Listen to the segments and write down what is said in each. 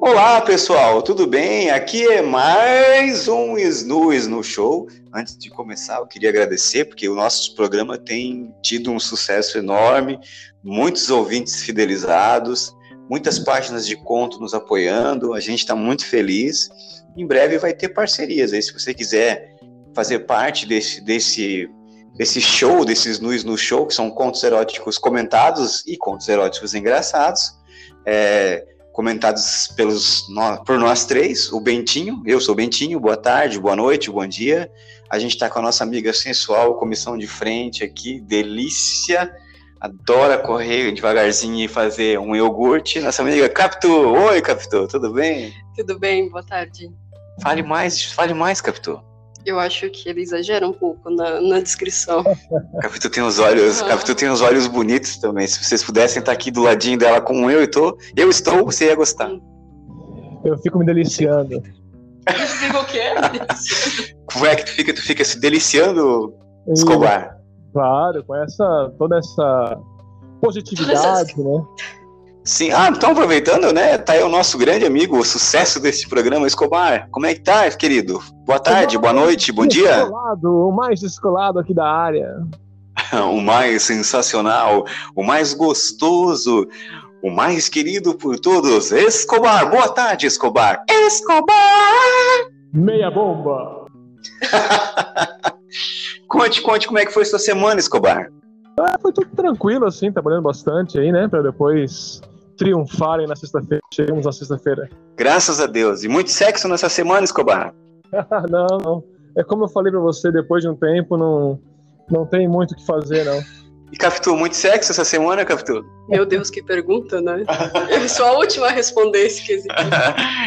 Olá pessoal, tudo bem? Aqui é mais um Snu Snu Show. Antes de começar, eu queria agradecer porque o nosso programa tem tido um sucesso enorme, muitos ouvintes fidelizados, muitas páginas de conto nos apoiando. A gente está muito feliz. Em breve vai ter parcerias. Aí, se você quiser fazer parte desse desse desse show, desses nus no show, que são contos eróticos comentados e contos eróticos engraçados. É, comentados pelos nós, por nós três, o Bentinho, eu sou o Bentinho, boa tarde, boa noite, bom dia. A gente está com a nossa amiga sensual, comissão de frente aqui, delícia, adora correr devagarzinho e fazer um iogurte. Nossa amiga Capitu, oi Capitu, tudo bem? Tudo bem, boa tarde. Fale mais, fale mais, Capitu. Eu acho que ele exagera um pouco na, na descrição. Capitu tem os olhos, ah. Capitu tem os olhos bonitos também. Se vocês pudessem estar aqui do ladinho dela como eu estou, eu estou, você ia gostar. Eu fico me deliciando. Fica o quê? como é que tu fica? Tu fica se deliciando, Escobar? E, claro, com essa toda essa positividade, essa... né? Sim, ah, então aproveitando, né? Tá aí o nosso grande amigo, o sucesso deste programa, Escobar. Como é que tá, querido? Boa tarde, boa noite, bom dia. Descolado, o mais descolado aqui da área. o mais sensacional, o mais gostoso, o mais querido por todos, Escobar. Boa tarde, Escobar. Escobar! Meia bomba. conte, conte como é que foi sua semana, Escobar. Ah, foi tudo tranquilo, assim, trabalhando bastante aí, né? Pra depois triunfarem na sexta-feira. Chegamos na sexta-feira. Graças a Deus. E muito sexo nessa semana, Escobar? não, não. É como eu falei pra você, depois de um tempo, não, não tem muito o que fazer, não. E Capitu, muito sexo essa semana, Capitu? Meu Deus, que pergunta, né? Eu sou a última a responder esse quesito.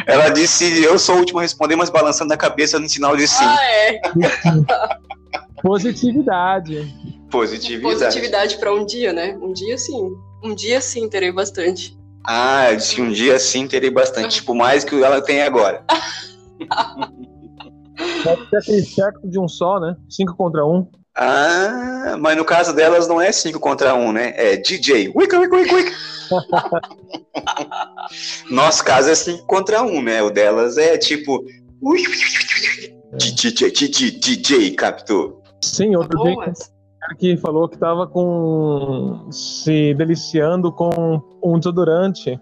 Ela disse, eu sou a última a responder, mas balançando a cabeça no sinal de sim. Ah, é? Positividade. Positividade. Positividade para um dia, né? Um dia sim. Um dia sim terei bastante. Ah, eu disse um dia sim terei bastante. tipo, mais que ela tem agora. Pode ser aquele certo de um só, né? Cinco contra um. Ah, mas no caso delas não é cinco contra um, né? É DJ. Wicca, wicca, wicca, wicca. Nosso caso é cinco contra um, né? O delas é tipo. DJ, DJ, DJ, Captu. Sim, outro Boa. dia então. que falou que estava com se deliciando com um desodorante.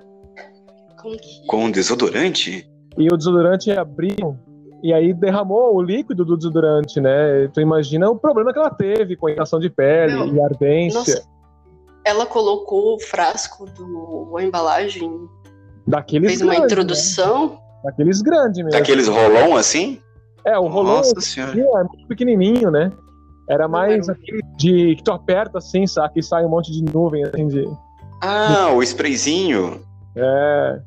Com, que? com um desodorante? E o desodorante abriu e aí derramou o líquido do desodorante, né? Tu imagina o problema que ela teve com irritação de pele Meu, e ardência. Nossa. Ela colocou o frasco do a embalagem. Daqueles fez uma grandes, introdução. Né? Daqueles grandes mesmo. Daqueles rolão assim? É, o rolão Nossa senhora. é muito pequenininho, né? Era mais era um... aquele de que tu aperta assim, saca? E sai um monte de nuvem assim de. Ah, o sprayzinho. É.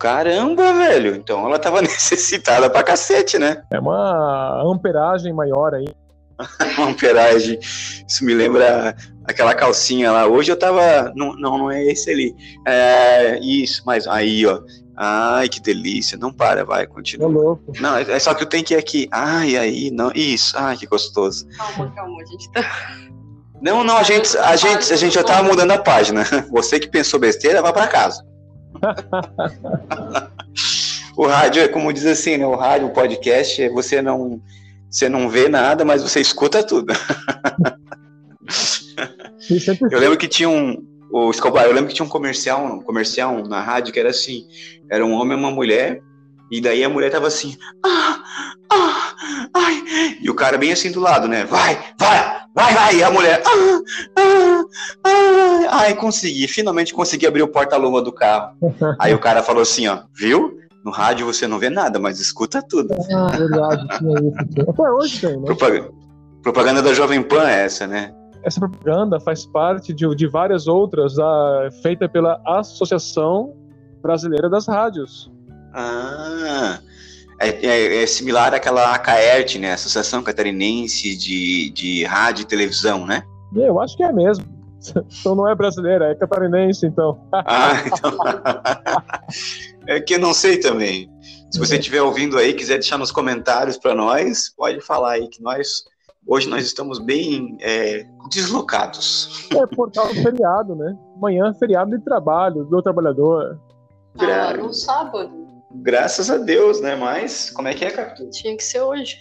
Caramba, velho. Então ela tava necessitada pra cacete, né? É uma amperagem maior aí. uma amperagem. um Isso me lembra aquela calcinha lá. Hoje eu tava. Não, não, não é esse ali. É isso, mas aí, ó. Ai, que delícia. Não para, vai, continua. É louco. Não, é, é só que eu tenho que ir aqui. Ai, aí, não. Isso, ai, que gostoso. Calma, calma, a gente tá. Não, não, a gente, a gente, a gente já tava mudando a página. Você que pensou besteira, vá para casa. o rádio é como diz assim, né? O rádio, o podcast, você não, você não vê nada, mas você escuta tudo. eu lembro que tinha um, o Escobar, eu lembro que tinha um comercial, um comercial na rádio que era assim, era um homem e uma mulher, e daí a mulher tava assim, ah, ah, ai, e o cara bem assim do lado, né? Vai, vai, vai, vai, e a mulher, ah, ah, ah, ai, consegui, finalmente consegui abrir o porta-luva do carro. Aí o cara falou assim, ó, viu? No rádio você não vê nada, mas escuta tudo. Ah, verdade, Até hoje tem, né? Propaganda, propaganda da Jovem Pan é essa, né? essa propaganda faz parte de, de várias outras a, feita pela Associação Brasileira das Rádios. Ah, é, é, é similar àquela ACAERT, né? Associação Catarinense de, de Rádio e Televisão, né? Eu acho que é mesmo. Então não é brasileira, é catarinense, então. Ah, então. é que eu não sei também. Se você estiver ouvindo aí, quiser deixar nos comentários para nós, pode falar aí que nós Hoje nós estamos bem é, deslocados. É por causa do feriado, né? Amanhã é feriado de trabalho, do trabalhador. Ah, no sábado. Graças a Deus, né? Mas como é que é, Capitu? Tinha que ser hoje.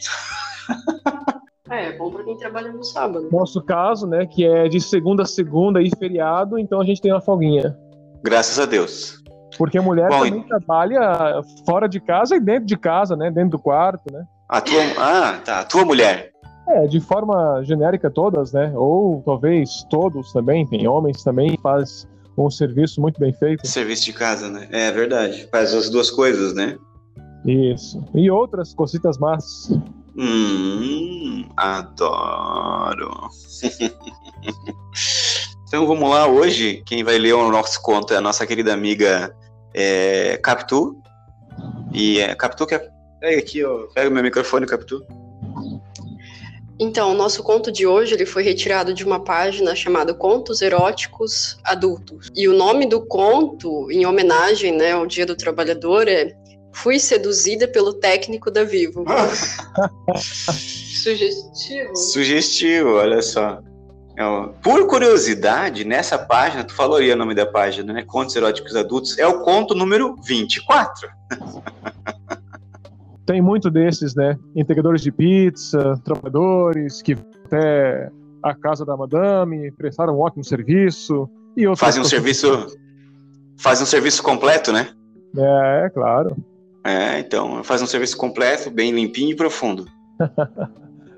é, é bom pra quem trabalha no sábado. Nosso caso, né, que é de segunda a segunda e feriado, então a gente tem uma folguinha. Graças a Deus. Porque a mulher Bom, também trabalha fora de casa e dentro de casa, né, dentro do quarto, né? A tua, ah, tá. A tua mulher. É, de forma genérica todas, né? Ou talvez todos também, tem homens também, que faz um serviço muito bem feito. Serviço de casa, né? É verdade. Faz as duas coisas, né? Isso. E outras cositas más. Hum, adoro. então vamos lá, hoje quem vai ler o nosso conto é a nossa querida amiga é, Capitu. E é, Capitu quer. Pega aqui, ó. Pega meu microfone, Capitu. Então, o nosso conto de hoje ele foi retirado de uma página chamada Contos Eróticos Adultos. E o nome do conto, em homenagem né, ao Dia do Trabalhador, é Fui Seduzida pelo Técnico da Vivo. Sugestivo? Sugestivo, olha só. É o- Por curiosidade, nessa página, tu falou aí o nome da página, né? Contos Eróticos Adultos, é o conto número 24. Tem muito desses, né? Integradores de pizza, trabalhadores que vão até a casa da madame, prestaram um ótimo serviço. E outras Fazem um coisas. serviço. Fazem um serviço completo, né? É, claro. É, então, faz um serviço completo, bem limpinho e profundo.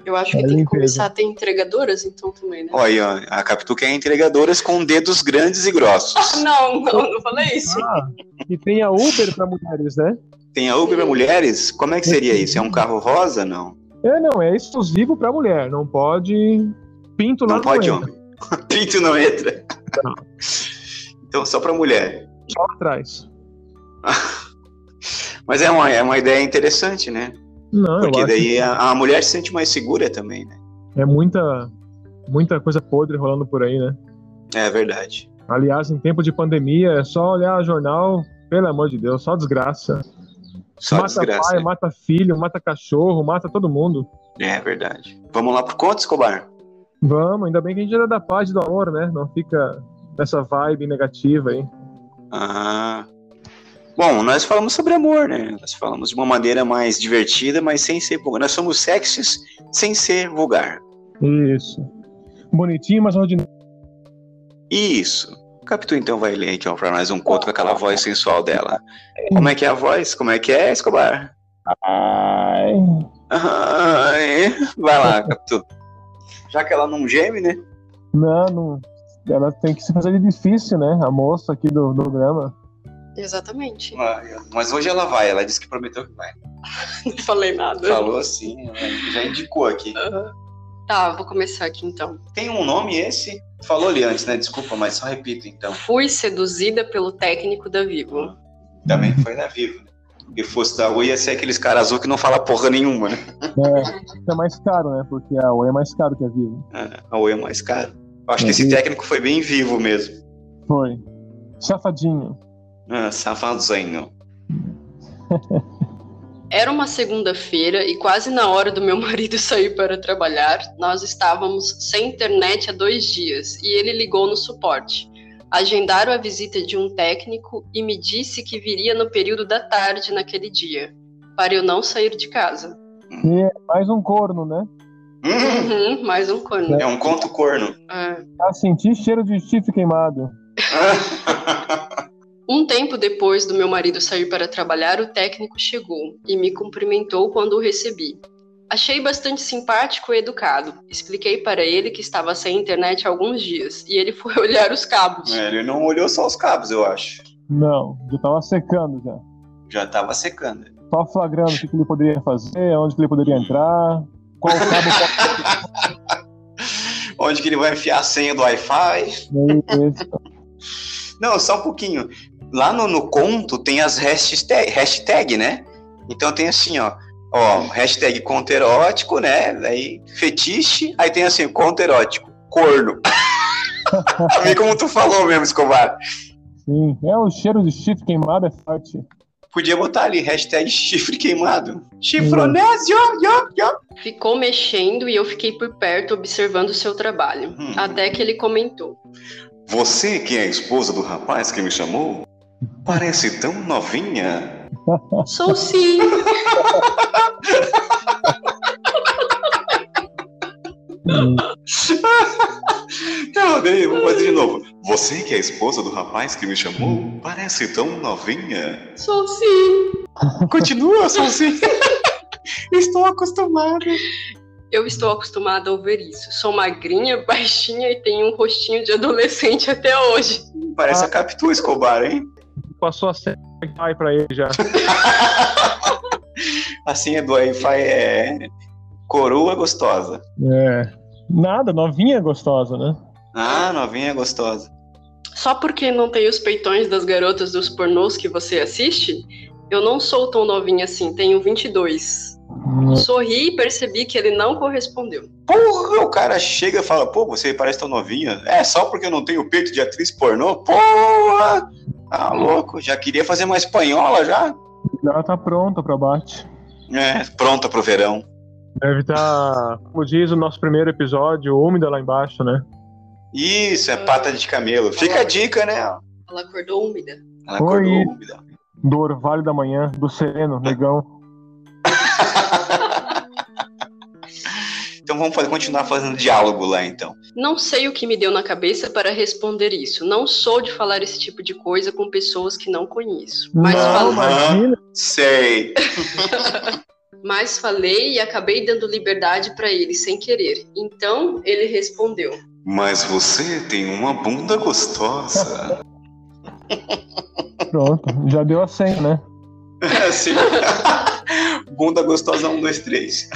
Eu acho que É tem que limpeza. começar a ter entregadoras, então, também, né? Olha, aí, ó, a Capitu quer entregadoras com dedos grandes e grossos. Não, não, não falei isso. Ah, e tem a Uber para mulheres, né? Tem a Uber para mulheres? Como é que seria isso? É um carro rosa? Não. É, não, é exclusivo para mulher. Não pode pinto lá é Não pode entra, homem. Pinto não entra. Então, só para mulher. só lá atrás. Mas é uma, é uma ideia interessante, né? Não, eu Porque acho daí a, a mulher se sente mais segura também, né? que é muita muita coisa podre rolando por aí, né? É verdade. Aliás, em tempo de pandemia, é só olhar jornal, pelo amor de Deus, só desgraça. Só mata desgraça. pai, mata filho, mata cachorro, mata todo mundo. É verdade. Vamos lá pro conto, Escobar? Vamos, ainda bem que a gente era da paz e do amor, né? Não fica nessa vibe negativa aí. Ah. Bom, nós falamos sobre amor, né? Nós falamos de uma maneira mais divertida, mas sem ser vulgar. Nós somos sexys sem ser vulgar. Isso. Bonitinho, mas ordinário. Isso. Capitu então vai ler então para nós um conto com aquela voz sensual dela. Como é que é a voz? Como é que é, Escobar? Ai. Ai. Vai lá, Capitu. Já que ela não geme, né? Não, não. Ela tem que se fazer de difícil, né? A moça aqui do, do drama. Exatamente. Mas hoje ela vai, ela disse que prometeu que vai. Não falei nada. Falou assim, já indicou aqui. Aham. Tá, vou começar aqui então. Tem um nome esse? Falou ali antes, né? Desculpa, mas só repito então. Fui seduzida pelo técnico da Vivo. Também foi na Vivo. né? Porque fosse da rua, ia ser aqueles caras azul que não fala porra nenhuma, né? É, fica mais caro, né? Porque a Oi é mais caro que a Vivo. É, A Oi é mais cara. Eu acho que esse técnico foi bem vivo mesmo. Foi. Safadinho. Ah, safadinho. Era uma segunda-feira e quase na hora do meu marido sair para trabalhar, nós estávamos sem internet há dois dias e ele ligou no suporte. Agendaram a visita de um técnico e me disse que viria no período da tarde naquele dia, para eu não sair de casa. E é mais um corno, né? Hum, Uhum, mais um corno. é um conto corno. Ah. Ah, senti cheiro de chifre queimado. Ah, Um tempo depois do meu marido sair para trabalhar, o técnico chegou e me cumprimentou quando o recebi. Achei bastante simpático e educado. Expliquei para ele que estava sem internet há alguns dias e ele foi olhar os cabos. É, Ele não olhou só os cabos, eu acho. Não, já tava secando já. Já tava secando. Só flagrando o que, que ele poderia fazer, onde que ele poderia entrar, qual cabo Onde que ele vai enfiar a senha do Wi-Fi? pode Não, só um pouquinho. Lá no, no conto tem as hashtag, hashtag, né? Então tem assim, ó. Ó, hashtag conto erótico, né? Aí fetiche. Aí tem assim, conto erótico. Corno. Vê como tu falou mesmo, Escobar. Sim, é o cheiro de chifre queimado é forte. Podia botar ali, hashtag chifre queimado. Chifronésio, yo, yo. Ficou mexendo e eu fiquei por perto observando seu trabalho, Hum. até que ele comentou. Você que é a esposa do rapaz que me chamou, parece tão novinha. Sou sim. Eu odeio, vou fazer de novo. Você que é a esposa do rapaz que me chamou, parece tão novinha. Sou sim. Continua, sou sim. Estou acostumada. Eu estou acostumada a ouvir isso. Sou magrinha, baixinha e tenho um rostinho de adolescente até hoje. Parece a Capitu Escobar, hein? Passou a senha wi pra ele já. A senha Assim do Wi-Fi é coroa gostosa. É. Nada, novinha gostosa, né? Ah, novinha gostosa. Só porque não tem os peitões das garotas dos pornôs que você assiste, eu não sou tão novinha assim, tenho 22. Hum. Sorri e percebi que ele não correspondeu. Porra, o cara chega e fala, pô, você parece tão novinha. É, só porque eu não tenho peito de atriz pornô? Porra! Tá louco, já queria fazer uma espanhola já? Ela tá pronta pra bate. É, pronta pro verão. Deve estar, como diz o nosso primeiro episódio, úmida lá embaixo, né? Isso, é pata de camelo. Fica a dica, né? Ela acordou úmida. Ela acordou Oi. úmida. Do orvalho da manhã, do sereno, negão. Então vamos fazer- continuar fazendo diálogo lá, então. Não sei o que me deu na cabeça para responder isso. Não sou de falar esse tipo de coisa com pessoas que não conheço. Mas, não, fala- fal- imagina. Sei. mas falei e acabei dando liberdade para ele sem querer. Então ele respondeu. Mas você tem uma bunda gostosa. Pronto, já deu a senha, né? É assim. bunda gostosa, um, dois, três.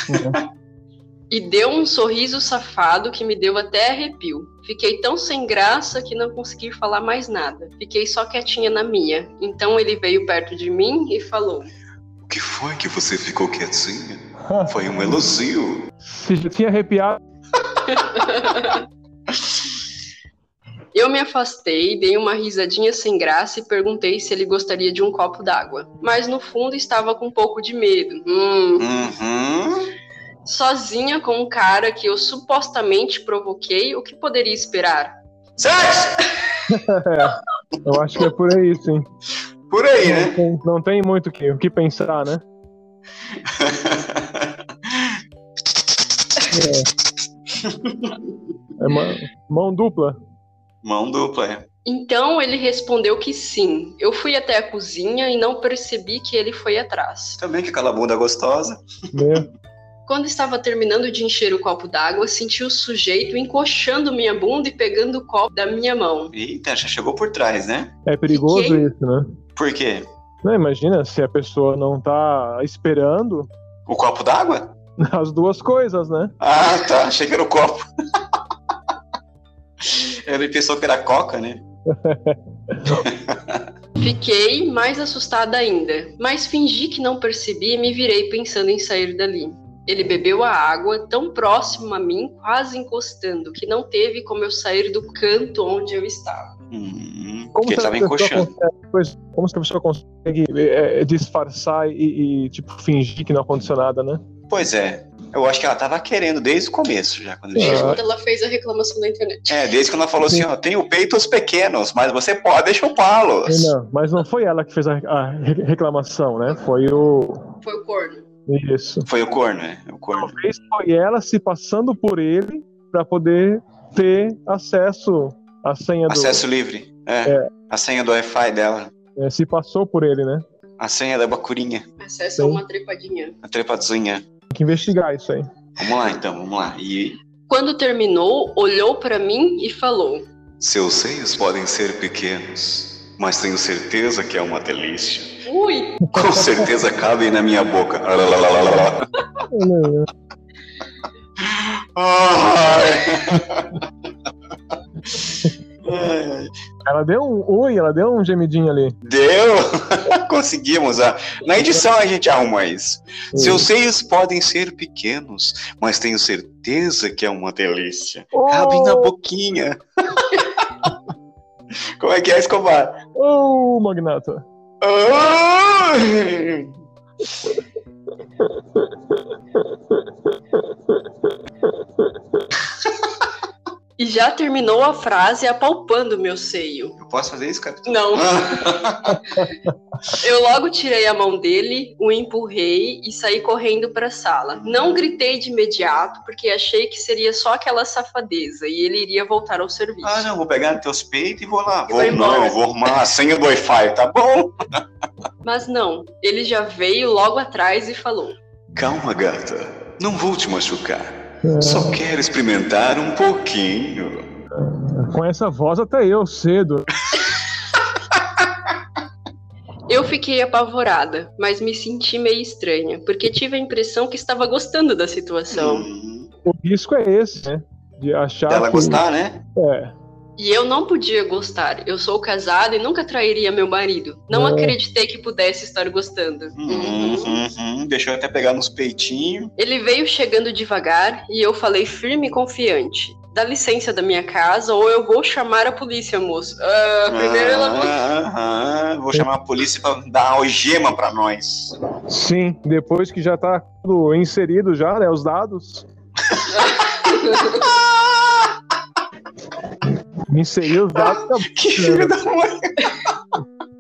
E deu um sorriso safado que me deu até arrepio. Fiquei tão sem graça que não consegui falar mais nada. Fiquei só quietinha na minha. Então ele veio perto de mim e falou: O que foi que você ficou quietinha? Foi um elogio. Se já tinha arrepiado, Eu me afastei, dei uma risadinha sem graça e perguntei se ele gostaria de um copo d'água. Mas no fundo estava com um pouco de medo. Hum, Uhum. sozinha com um cara que eu supostamente provoquei, o que poderia esperar? Sexo! é, eu acho que é por aí, sim. Por aí, Não né? tem, não tem muito o que, o que pensar, né? É ma- mão dupla. Mão dupla, é. Então ele respondeu que sim. Eu fui até a cozinha e não percebi que ele foi atrás. Também que aquela bunda gostosa. né? Quando estava terminando de encher o copo d'água, senti o sujeito encoxando minha bunda e pegando o copo da minha mão. Eita, já chegou por trás, né? É perigoso Fiquei. isso, né? Por quê? Não, imagina se a pessoa não tá esperando O copo d'água? as duas coisas, né? Ah, tá. Achei que era o copo. Ele pensou que era coca, né? Fiquei mais assustada ainda, mas fingi que não percebi e me virei pensando em sair dali. Ele bebeu a água tão próximo a mim, quase encostando, que não teve como eu sair do canto onde eu estava. Hum, Como porque ele se a tava pessoa encoxando. consegue- pois, como se a pessoa consegue é, é, disfarçar e, e, tipo, fingir que não aconteceu nada, né? Pois é. Eu acho que ela tava querendo desde o começo já, quando É. ele chegou. Ela fez a reclamação na internet. É, desde quando ela falou assim, ó, tenho peitos pequenos, mas você pode E chupá-los. não, mas não foi ela que fez a, a re- reclamação, né? Foi o. Foi o corno. Isso. Foi o corno, é. O corno. Talvez foi ela se passando por ele pra poder ter acesso à senha do. Acesso livre. É. A senha do Wi-Fi dela. é, se passou por ele, né? A senha da bacurinha. Acessa Sim. uma trepadinha. A trepadinha. Tem que investigar isso aí. Vamos lá, então, vamos lá. E Quando terminou, olhou pra mim e falou: seus seios podem ser pequenos, mas tenho certeza que é uma delícia. Ui! Com certeza cabem na minha boca. Ai. Ai. Ela deu um. Ui, ela deu um gemidinho ali. Deu! Conseguimos. ah. Na edição a gente arruma isso. Seus seios podem ser pequenos, mas tenho certeza que é uma delícia. Oh, Cabem na boquinha. Como é que é, Escobar? oh, magnata. Ai! E já terminou a frase apalpando meu seio. Eu posso fazer isso, capitão? Não. Eu logo tirei a mão dele, o empurrei e saí correndo para a sala. Não gritei de imediato, porque achei que seria só aquela safadeza e ele iria voltar ao serviço. Ah, não, vou pegar nos teus peitos e vou lá. vai Vou não, embora. vou arrumar a senha do Wi-Fi, tá bom? Mas não, ele já veio logo atrás e falou: Calma, gata. Não vou te machucar. É, Só quero experimentar um pouquinho. Com essa voz até eu, cedo. Eu fiquei apavorada, mas me senti meio estranha, porque tive a impressão que estava gostando da situação. Hum, O risco é esse, né? De achar Dela que... gostar, né? É. E eu não podia gostar. Eu sou casada e nunca trairia meu marido. Não Uhum. É. acreditei que pudesse estar gostando. Hum, hum, hum. Deixa eu até pegar nos peitinhos. Ele veio chegando devagar e eu falei firme e confiante. Dá licença da minha casa ou eu vou chamar a polícia, moço. Ah, primeiro ela... Ah, ah, vou chamar a polícia pra dar uma algema pra nós. Sim, depois que já tá tudo inserido já, né? Os dados. Inseriu os dados. tá- Que filho da mãe!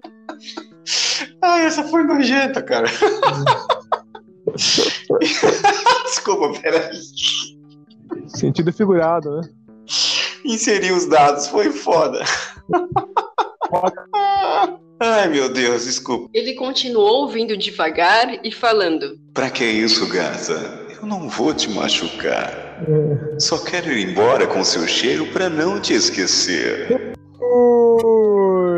Ah, essa foi nojenta, cara. Desculpa, peraí. Sentido figurado, né? Inserir os dados foi foda. Ai, meu Deus, desculpa. Ele continuou vindo devagar e falando. Pra que isso, gata? Eu não vou te machucar. Só quero ir embora com seu cheiro pra não te esquecer. Ui.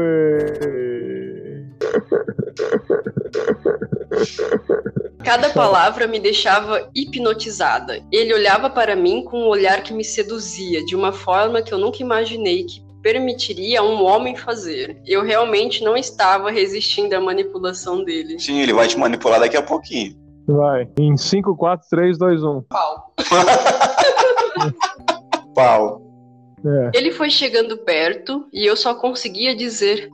Cada palavra me deixava hipnotizada. Ele olhava para mim com um olhar que me seduzia, de uma forma que eu nunca imaginei que permitiria a um homem fazer. Eu realmente não estava resistindo à manipulação dele. Sim, ele vai te manipular daqui a pouquinho. Vai. Em 5, 4, 3, 2, 1. Pau. Pau. É. Ele foi chegando perto e eu só conseguia dizer.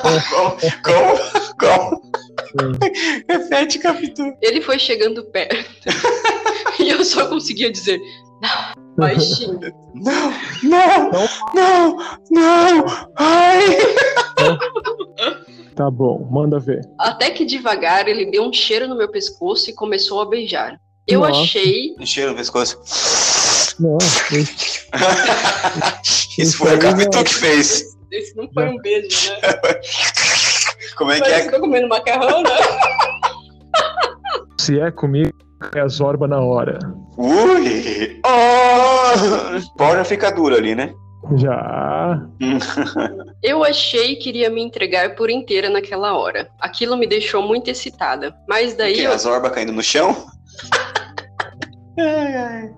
Como? Como? Como? Repete, capitão. Ele foi chegando perto e eu só conseguia dizer. Não, baixinho. Não, não, não, não, ai. Tá bom, manda ver. Até que devagar ele deu um cheiro no meu pescoço e começou a beijar. Eu Nossa. achei Cheiro no pescoço. Nossa, Isso foi o Isso aí é- capitão não. que fez. Esse não foi um beijo, né? Como é que Mas é? ficou comendo macarrão, né? se é comigo, é a Zorba na hora. Ui! Oh! Bora fica duro ali, né? Já. Eu achei que iria me entregar por inteira naquela hora. Aquilo me deixou muito excitada. Mas daí Que é? eu, as orbas caindo no chão. Ai, ai.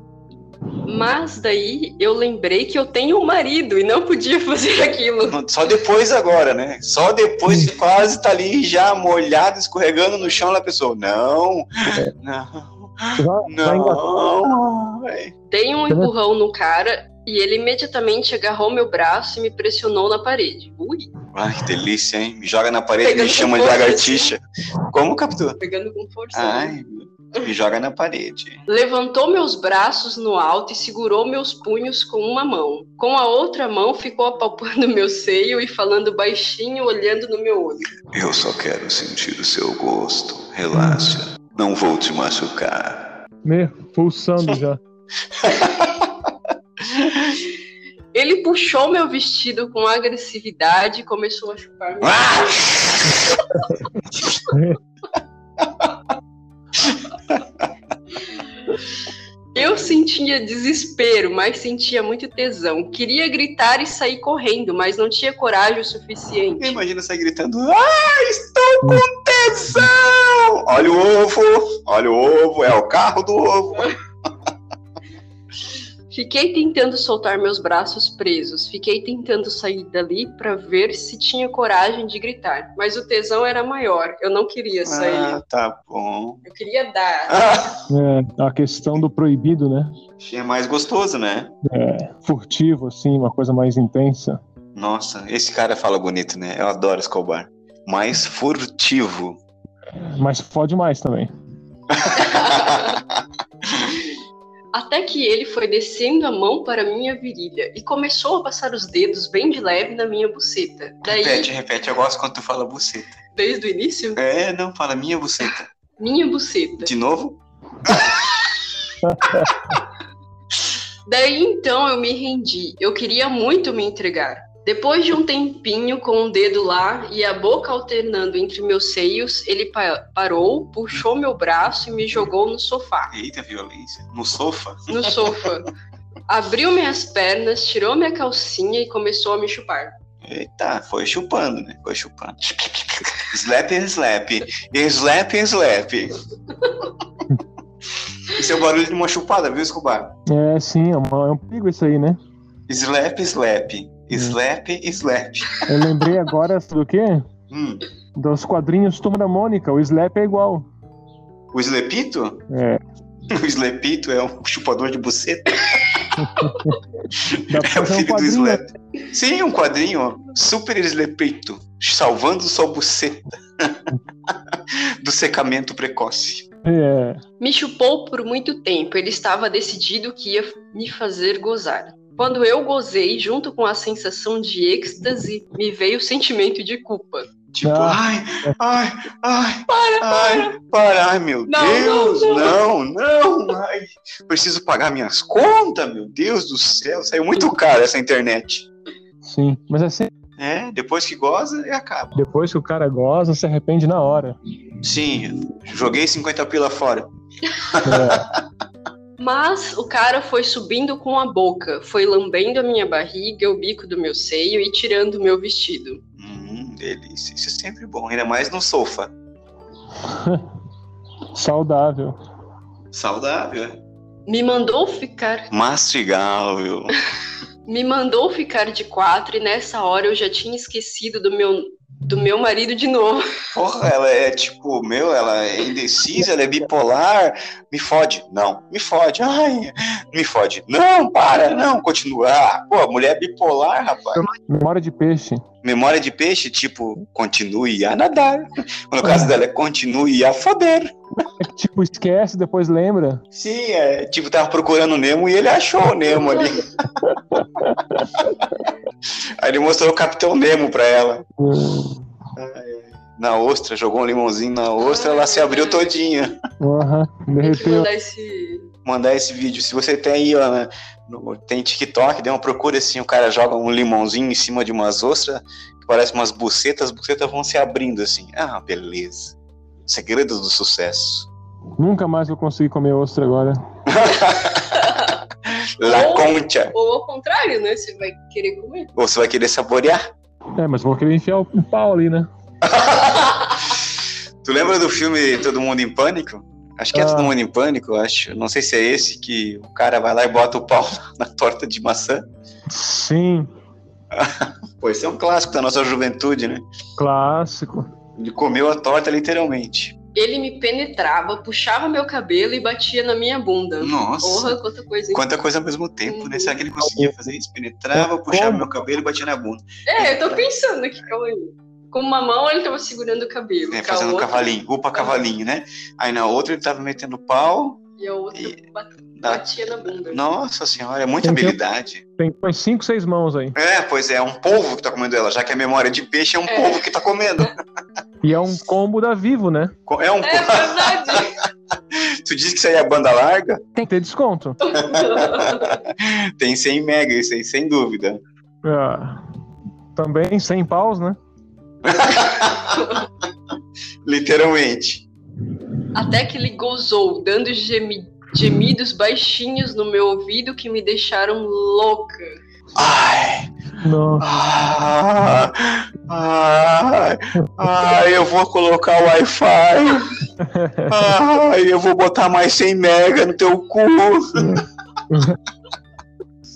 mas daí eu lembrei que eu tenho um marido e não podia fazer aquilo. Só depois agora, né? Só depois que quase tá ali já molhado, escorregando no chão, a pessoa, não, É. não, Vai, vai engatar. não. ai. Dei um empurrão no cara e ele imediatamente agarrou meu braço e me pressionou na parede. Ui, Ai, que delícia, hein? Me joga na parede e me Pegando chama de com força, lagartixa. Como, capitão? tá pegando com força. né? Ai, me joga na parede. Levantou meus braços no alto e segurou meus punhos com uma mão. Com a outra mão ficou apalpando meu seio e falando baixinho, olhando no meu olho. Eu só quero sentir o seu gosto. Relaxa. Não vou te machucar. Me pulsando já. Ele puxou meu vestido com agressividade e começou a chupar. meu- Ah! Eu sentia desespero, mas sentia muito tesão. Queria gritar e sair correndo, mas não tinha coragem o suficiente. Imagina sair gritando. Ah, estou com tesão! Olha o ovo! Olha o ovo! É o carro do ovo! Fiquei tentando soltar meus braços presos. Fiquei tentando sair dali para ver se tinha coragem de gritar. Mas o tesão era maior. Eu não queria sair. Ah, tá bom. Eu queria dar. Ah, É, a questão do proibido, né? é mais gostoso, né? Furtivo, assim, uma coisa mais intensa. Nossa, esse cara fala bonito, né? Eu adoro Escobar. Mais furtivo. Mas pode mais também. até que ele foi descendo a mão para minha virilha e começou a passar os dedos bem de leve na minha buceta. Daí, Repete, repete, eu gosto quando tu fala buceta. desde o início, É, não, fala minha buceta. minha buceta. De novo? Daí então eu me rendi. Eu queria muito me entregar. Depois de um tempinho com o dedo lá e a boca alternando entre meus seios, ele pa- parou, puxou meu braço e me jogou no sofá, Eita, violência. No sofá? no sofá. Abriu minhas pernas, tirou minha calcinha e começou a me chupar. Eita, foi chupando, né? Foi chupando. Slap and slap. Slap and slap. Isso é o barulho de uma chupada, viu, Escobar? É, sim, é, uma- é um perigo isso aí, né? Slap, slap. Hum. Slap, slap. Eu lembrei agora do quê? Hum. Dos quadrinhos Turma da Mônica, o Slap é igual. O Slepito? É. O Slepito é um chupador de buceta. Dá pra É o fazer um filho do quadrinho. Slep. Sim, um quadrinho. Super Slepito. Salvando sua buceta. do secamento precoce. É. Me chupou por muito tempo, ele estava decidido que ia me fazer gozar. Quando eu gozei, junto com a sensação de êxtase, me veio o sentimento de culpa. Tipo, Ah. ai, ai, ai, ai, para, ai, meu Não, Deus, não, não, não, ai, preciso pagar minhas contas, meu Deus do céu, saiu muito caro essa internet. Sim. Mas assim, É, depois que goza, e acaba. depois que o cara goza, se arrepende na hora. Sim, joguei 50 pila fora. É. Mas o cara foi subindo com a boca, foi lambendo a minha barriga, o bico do meu seio e tirando o meu vestido. Hum, delícia, isso é sempre bom, ainda mais no sofá. Saudável. Saudável, é? Me mandou ficar, mastigável. me mandou ficar de quatro e nessa hora eu já tinha esquecido do meu do meu marido de novo. Porra, ela é tipo, meu, ela é indecisa, ela é bipolar, me fode, não, me fode, ai, me fode, não, para, não, continua. Ah, pô, mulher bipolar, rapaz. Memória de peixe. Memória de peixe, tipo, continue a nadar. No caso dela é continue a foder. É que, tipo, esquece, depois lembra. Sim, é, tipo, tava procurando o Nemo e ele achou o Nemo ali. Aí ele mostrou o Capitão Nemo pra ela. Hum, Na ostra, jogou um limãozinho na ostra, ela se abriu todinha. Aham. Tem que Derreteu. mandar esse mandar esse vídeo. Se você tem aí, ó, né, no- tem TikTok, dê uma procura assim, o cara joga um limãozinho em cima de umas ostras, que parece umas bucetas, as bucetas vão se abrindo assim. Ah, beleza. Segredos do sucesso. Nunca mais vou conseguir comer ostra agora. La concha. ou ao contrário, né? Você vai querer comer? Ou você vai querer saborear? É, mas vou querer enfiar o pau ali, né? Tu lembra do filme Todo Mundo em Pânico? Acho que é Ah. Todo Mundo em Pânico, eu acho. Não sei se é esse que o cara vai lá e bota o pau na torta de maçã. Sim. Pô, esse é um clássico da nossa juventude, né? Clássico. Ele comeu a torta literalmente. Ele me penetrava, puxava meu cabelo e batia na minha bunda. Nossa. Porra, quanta coisa. hein? Quanta coisa ao mesmo tempo, né? Uhum. Será que ele conseguia fazer isso? Penetrava, puxava meu cabelo e batia na bunda. É, eu tô pensando aqui, calma aí. Com uma mão ele tava segurando o cabelo, Né? com a Fazendo um outra cavalinho, upa cavalinho, né? Aí na outra ele tava metendo pau. e a outra E- bat- Na- batia na bunda. Nossa senhora, é muita Entendeu? habilidade. Tem umas 5, 6 mãos aí. É, pois é, é um polvo que tá comendo ela, já que a memória de peixe é um É. polvo que tá comendo. E é um combo da Vivo, né? Co- É um polvo. É verdade. Tu disse que isso aí é banda larga? Tem que ter desconto. Tem 100 mega, isso aí, sem dúvida. Ah, também sem paus, né? Literalmente. Até que ele gozou, dando gemi- gemidos baixinhos no meu ouvido que me deixaram louca. Ai, Não. ai, ai, Ah, ai, eu vou colocar o Wi-Fi. Ai, eu vou botar mais 100 mega no teu cu.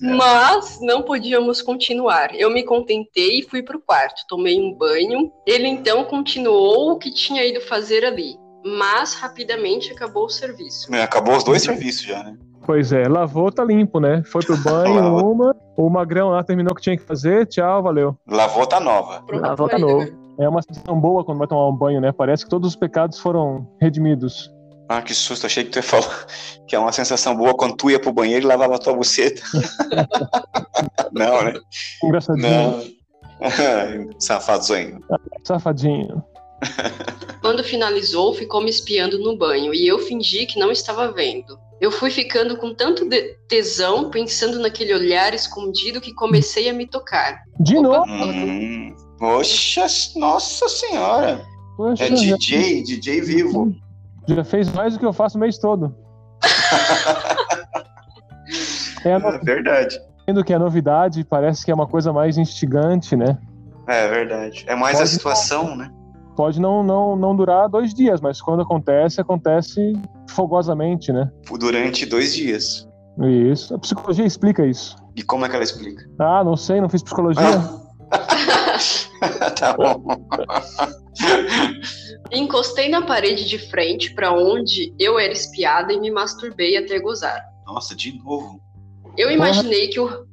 Mas não podíamos continuar. Eu me contentei e fui pro quarto. Tomei um banho. Ele então continuou o que tinha ido fazer ali. Mas rapidamente acabou o serviço. É, Acabou os dois serviços já, né? Pois é, lavou, tá limpo, né? Foi pro banho, Lavou. uma. O magrão lá terminou o que tinha que fazer. Tchau, valeu. Lavou tá nova. Pronto, Ah, volta aí, novo. né? É uma sensação boa quando vai tomar um banho, né? Parece que todos os pecados foram redimidos. Ah, que susto, achei que tu ia falar que é uma sensação boa quando tu ia pro banheiro e lavava tua buceta. não, né? Engraçadinho. Não. Safadonho. Safadinho. Quando finalizou, ficou me espiando no banho e eu fingi que não estava vendo. Eu fui ficando com tanto de- tesão, pensando naquele olhar escondido, que comecei a me tocar. De novo? Hum, poxa, nossa senhora. Poxa, É DJ, DJ vivo. já, já fez mais do que eu faço o mês todo. é a É verdade. Sendo que a novidade parece que é uma coisa mais instigante, né? É verdade. É mais a Pode- situação, né? Pode não, não, não durar dois dias, mas quando acontece, acontece fogosamente, né? Durante dois dias. Isso. A psicologia explica isso. E como é que ela explica? Ah, não sei, não fiz psicologia. Ah. tá bom. Encostei na parede de frente para onde eu era espiada e me masturbei até gozar. Nossa, de novo. Eu imaginei que o.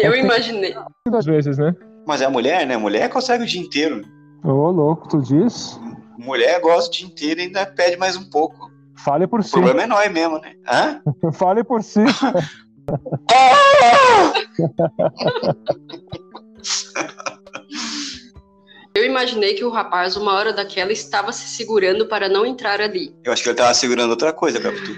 Eu imaginei. Muitas vezes, né? Mas é a mulher, né? Mulher consegue o dia inteiro. Ô, louco, tu diz? Mulher gosta o dia inteiro e ainda pede mais um pouco. Fale por O si. problema é nós mesmo, né? Hã? Fale por si. Eu imaginei que o rapaz, uma hora daquela, estava se segurando para não entrar ali. Eu acho que ele tava segurando outra coisa, Capitu.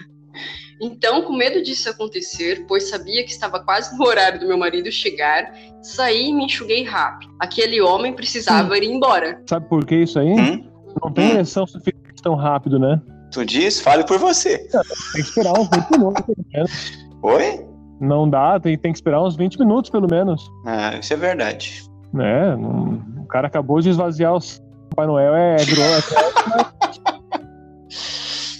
Então, com medo disso acontecer, pois sabia que estava quase no horário do meu marido chegar, saí e me enxuguei rápido. Aquele homem precisava ir embora. Sabe por que isso aí? Hum? Não tem ereção suficiente tão rápido, né? Tu diz? Fale por você. Tem que esperar uns 20 minutos, pelo menos. Oi? Não dá, tem, tem que esperar uns 20 minutos, pelo menos. Ah, isso é verdade. Né? não- O cara acabou de esvaziar o s- Papai Noel é grosso.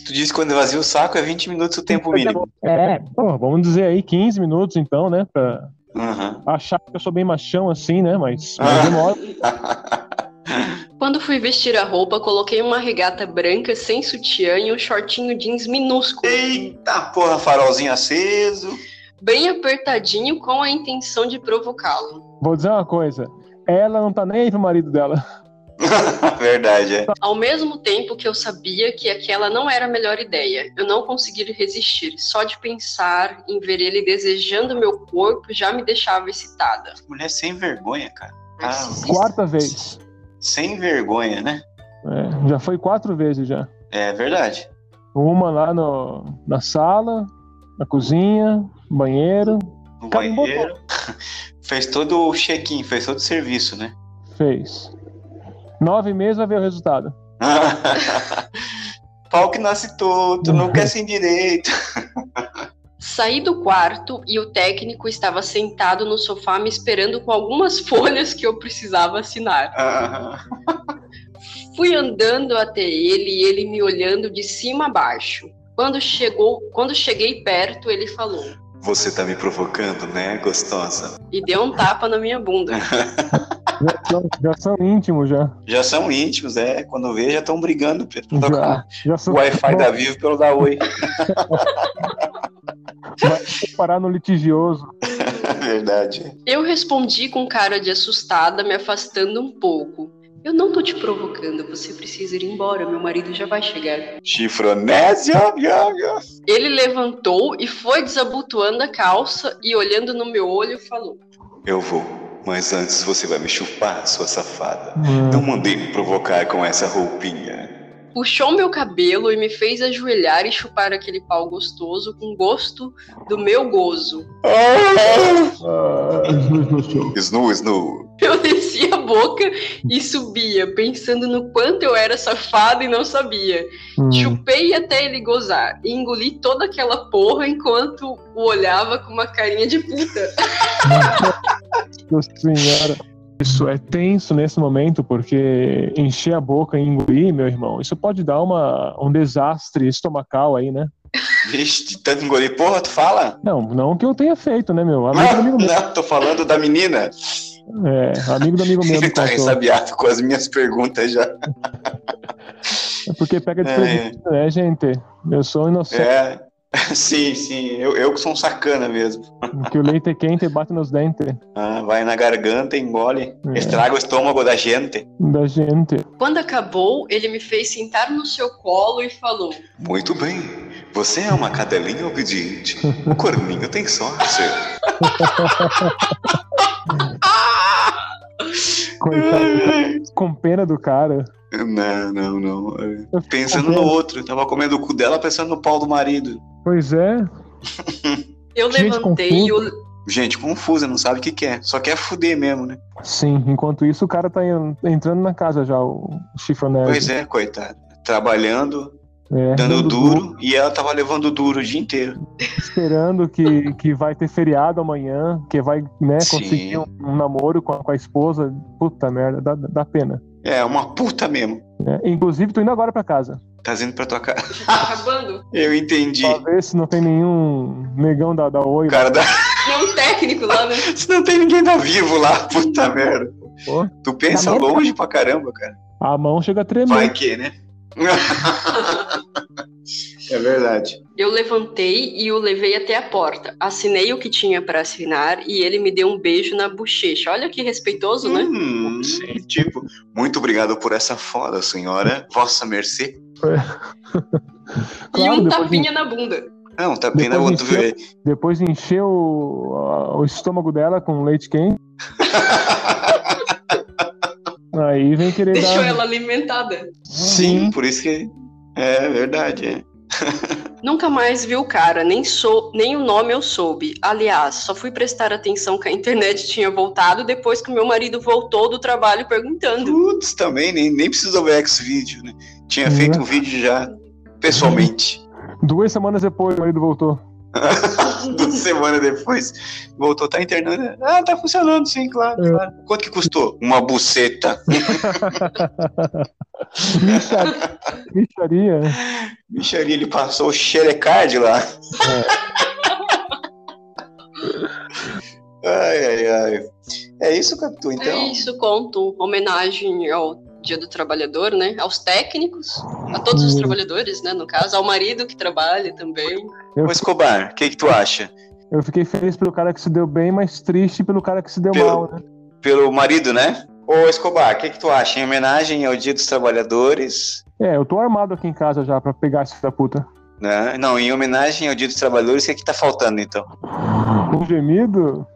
Tu diz que quando vazia o saco é 20 minutos o tempo mínimo. É, pô, vamos dizer aí 15 minutos então, né? Pra Aham. achar que eu sou bem machão assim, né? Mas, Ah. mas demora. Quando fui vestir a roupa, coloquei uma regata branca sem sutiã e um shortinho jeans minúsculo, Eita porra, farolzinho aceso. bem apertadinho com a intenção de provocá-lo. Vou dizer uma coisa. Ela não tá nem aí pro marido dela. verdade, é. Ao mesmo tempo que eu sabia que aquela não era a melhor ideia, eu não consegui resistir. Só de pensar em ver ele desejando meu corpo já me deixava excitada. Mulher sem vergonha, cara. Ah, Narcisista. Quarta vez. Sem vergonha, né? É, já foi quatro vezes já. É verdade. Uma lá no, na sala, na cozinha, banheiro. No Acabou. banheiro. fez todo o check-in, fez todo o serviço, né? Fez. Nove meses vai ver o resultado. Pau que nasce torto, nunca é sem direito. Saí do quarto e o técnico estava sentado no sofá me esperando com algumas folhas que eu precisava assinar. Ah, Fui andando até ele e ele me olhando de cima a baixo. Quando chegou, quando cheguei perto, ele falou Você tá me provocando, né, gostosa? e deu um tapa na minha bunda. Já, são- já são íntimos já. Já são íntimos, é. Quando vê, já estão brigando pelo Já, já o são, Wi-Fi da Vivo pelo da Oi. vai parar no litigioso. É verdade. Eu respondi com cara de assustada, me afastando um pouco. Eu não tô te provocando, você precisa ir embora, meu marido já vai chegar. Chifronésia. ia, ia. Ele levantou e foi desabotoando a calça e olhando no meu olho falou: Eu vou, mas antes você vai me chupar, sua safada. Não Hum, mandei me provocar com essa roupinha. Puxou meu cabelo e me fez ajoelhar e chupar aquele pau gostoso com gosto do meu gozo. Ah, Snu, snu. Eu descia a boca e subia, pensando no quanto eu era safada e não sabia. hum. Chupei até ele gozar e engoli toda aquela porra enquanto o olhava com uma carinha de puta. Nossa senhora. Isso é tenso nesse momento, porque encher a boca e engolir, meu irmão, isso pode dar uma, um desastre estomacal aí, né? Vixe, de tanto engolir porra, tu fala? Não, não que eu tenha feito, né, meu? Amigo do Não, amigo meu. não, tô falando da menina. É, amigo do amigo meu. Ele me tá contou. ressabiado com as minhas perguntas já. É Porque pega de É. presente, né, gente? Eu sou inocente. É, Sim, sim. Eu, eu que sou um sacana mesmo. Que o leite é quente e bate nos dentes. Ah, vai na garganta, engole, É. estraga o estômago da gente. Da gente. Quando acabou, ele me fez sentar no seu colo e falou: Muito bem. Você é uma cadelinha obediente. O corninho tem sorte. Coitado. Com pena do cara. Não, não, não. Eu fico Pensando com no pena. outro. Tava comendo o cu dela, pensando no pau do marido. Pois é. Eu Gente, levantei e o. Gente, confusa, não sabe o que quer. Só quer fuder mesmo, né? Sim, enquanto isso o cara tá en- entrando na casa já, o chifronel. Pois é, coitado. Trabalhando, É, dando duro, e ela tava levando duro o dia inteiro. Esperando que, que vai ter feriado amanhã, que vai né, Sim. conseguir um, um namoro com a, com a esposa. Puta merda, dá, dá pena. É, uma puta mesmo. É, inclusive, tô indo agora pra casa. Tá indo pra tua casa. Tá acabando? Eu entendi. Pra ver se não tem nenhum negão da, da Oi. O cara da... Tem um técnico lá, né? Se não tem ninguém tá vivo lá, puta merda. Pô. Tu pensa Tá bom. longe pra caramba, cara. lá. A mão chega a tremer. Vai que, né? é verdade. Eu levantei e o levei até a porta. Assinei o que tinha pra assinar e ele me deu um beijo na bochecha. Olha que respeitoso, né? Hum, sim, tipo, muito obrigado por essa foda, senhora. Vossa mercê. Claro, e um depois tapinha na bunda. Não, tá bem na Depois outra encheu. vez. Depois encheu o, a- o estômago dela com leite quente. Aí vem querer Deixou dar. ela alimentada. Sim, por isso que. É verdade, é. Nunca mais vi o cara, nem, sou, nem o nome eu soube. Aliás, só fui prestar atenção que a internet tinha voltado depois que o meu marido voltou do trabalho perguntando. Putz, também, nem, nem precisou ver X-Vídeo, né? Tinha feito um vídeo já, pessoalmente. Duas semanas depois o marido voltou. Duas semanas depois, voltou, tá internando. Ah, tá funcionando, sim, claro, É. claro. Quanto que custou? Uma buceta. Micharia. Micharia. Micharia, ele passou o xerecard lá. Ai, ai, ai. É isso, Capitu, É então? isso, conto. Homenagem ao Dia do Trabalhador, né? Aos técnicos, a todos os Hum. trabalhadores, né? No caso, ao marido que trabalha também. Ô, Escobar, o que, que tu acha? Eu fiquei feliz pelo cara que se deu bem, mas triste pelo cara que se deu Pelo- mal, né? Pelo marido, né? Ô, Escobar, o que, que tu acha? Em homenagem ao Dia dos Trabalhadores, É, eu tô armado aqui em casa já pra pegar esse filho da puta. né? Não, em homenagem ao Dia dos Trabalhadores, o que, que tá faltando, então? Um gemido?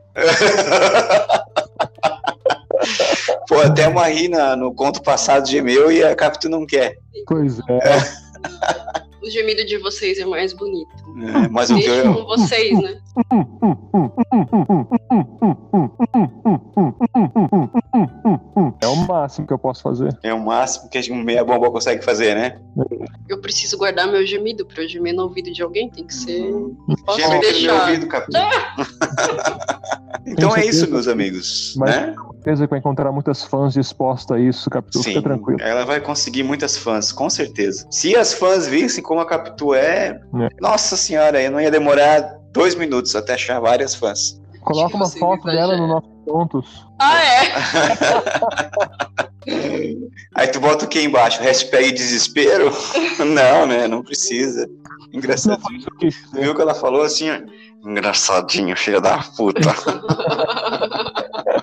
Pô, até uma ri na- no conto passado de meu e a Capitu não quer. Pois é. O gemido de vocês é mais bonito. né? mas o teu Deixo é com vocês, né? Hum, hum, hum, hum, hum, hum, hum, hum, hum, hum, hum, hum, hum, hum, hum, hum, hum, hum. É o máximo que eu posso fazer. é o máximo que a meia bomba consegue fazer, né? Eu preciso guardar meu gemido pra eu gemer no ouvido de alguém, tem que ser. Hum. Posso Geme aqui no meu deixar. ouvido, Capitu. então é isso, meus amigos. Mas- Né? Certeza que vai encontrar muitas fãs dispostas a isso, Capitu. Sim, Fica tranquilo. ela vai conseguir muitas fãs, com certeza. Se as fãs vissem como a Capitu é, nossa senhora, eu não ia demorar dois minutos até achar várias fãs. Coloca uma Você foto dela exagera. no nosso contos. Ah, é? Aí tu bota o que embaixo? Hashtag desespero? Não, né? Não precisa. Não Engraçadinho. foi isso que eu quis Tu dizer. viu que ela falou assim, ó? Engraçadinho, filha da puta. Tá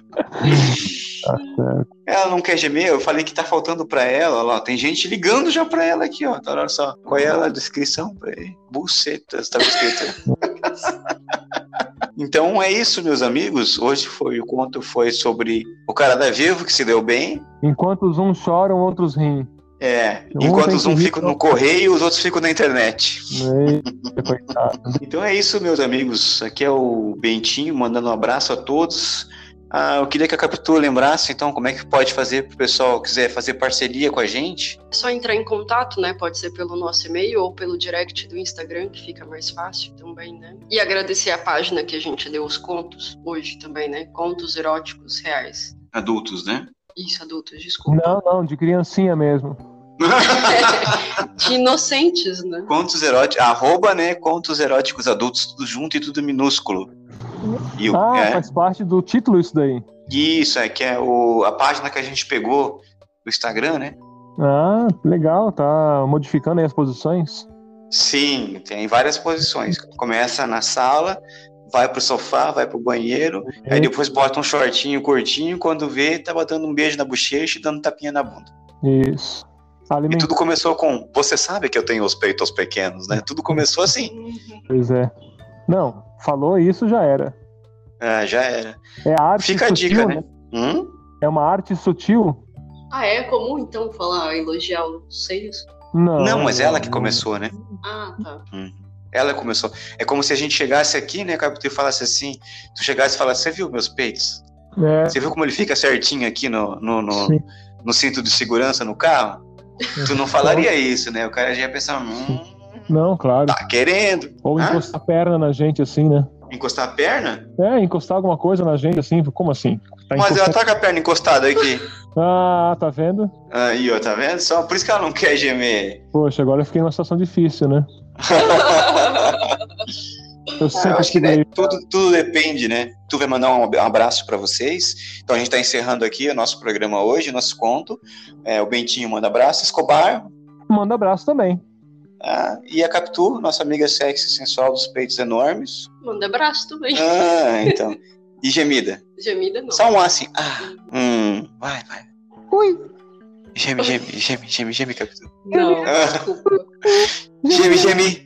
Ela não quer gemer, eu falei que tá faltando pra ela, ó lá. Tem gente ligando já pra ela aqui, ó. Tá, olha só. Qual é a descrição? Peraí. Bucetas, tá escrito. então é isso, meus amigos. Hoje foi o conto foi sobre o cara da Vivo que se deu bem. Enquanto os uns choram, outros riem. É, Um enquanto tem os que um rir, ficam no outro- correio, os outros ficam na internet. Eita, coitado. Então é isso, meus amigos. Aqui é o Bentinho, mandando um abraço a todos. Ah, eu queria que a Capitu lembrasse, então, como é que pode fazer pro pessoal que quiser fazer parceria com a gente. É só entrar em contato, né? Pode ser pelo nosso e-mail ou pelo direct do Instagram, que fica mais fácil também, né? E agradecer a página que a gente deu os contos hoje também, né? Contos eróticos reais. Adultos, né? Isso, adultos, desculpa. Não, não, de criancinha mesmo. De inocentes, né? Contos eróticos, arroba, né? Contos eróticos adultos, tudo junto e tudo minúsculo. E o- Ah, é, faz parte do título isso daí. isso, é que é o, a página que a gente pegou do Instagram, né? Ah, legal, tá modificando aí as posições. Sim, tem várias posições. Começa na sala, vai pro sofá, vai pro banheiro, É. aí depois bota um shortinho curtinho, quando vê, tá botando um beijo na bochecha e dando tapinha na bunda. Isso. E Alimentar, tudo começou com, você sabe que eu tenho os peitos pequenos, né? Tudo começou assim, Uhum. pois é. Não, falou isso já era. Ah, já era. É a arte Fica a sutil, dica, né? Hum? É uma arte sutil? Ah, é comum então falar, elogiar os seios? Não. Não, mas ela que começou, né? Ah, tá. Ela começou. É como se a gente chegasse aqui, né, Capitão, e falasse assim, tu chegasse e falasse, você viu meus peitos? É, Você viu como ele fica certinho aqui no, no, no- sim. no cinto de segurança no carro? Tu não falaria isso, né? O cara já ia pensar, hum, Não, claro. tá querendo Ou Ah. encostar a perna na gente assim, né? encostar a perna? É, encostar alguma coisa na gente assim, como assim? Tá Mas ela encostando- tá com a perna encostada aqui. Ah, tá vendo? Aí, ó, tá vendo? Só por isso que ela não quer gemer. Poxa, agora eu fiquei numa situação difícil, né? Eu Eu sempre acho que tive né, tudo, tudo depende, né? Tu vai mandar um abraço pra vocês. Então a gente tá encerrando aqui o nosso programa hoje, nosso conto. É, o Bentinho manda abraço, Escobar Manda abraço também. ah, e a Capitu, nossa amiga sexy e sensual dos peitos enormes. Manda abraço também. Ah, então. E gemida. Gemida não. Só um assim. Ah, hum. Vai, vai. Geme, geme, geme, geme, geme, Capitu. Não, Ah. desculpa. Geme, geme.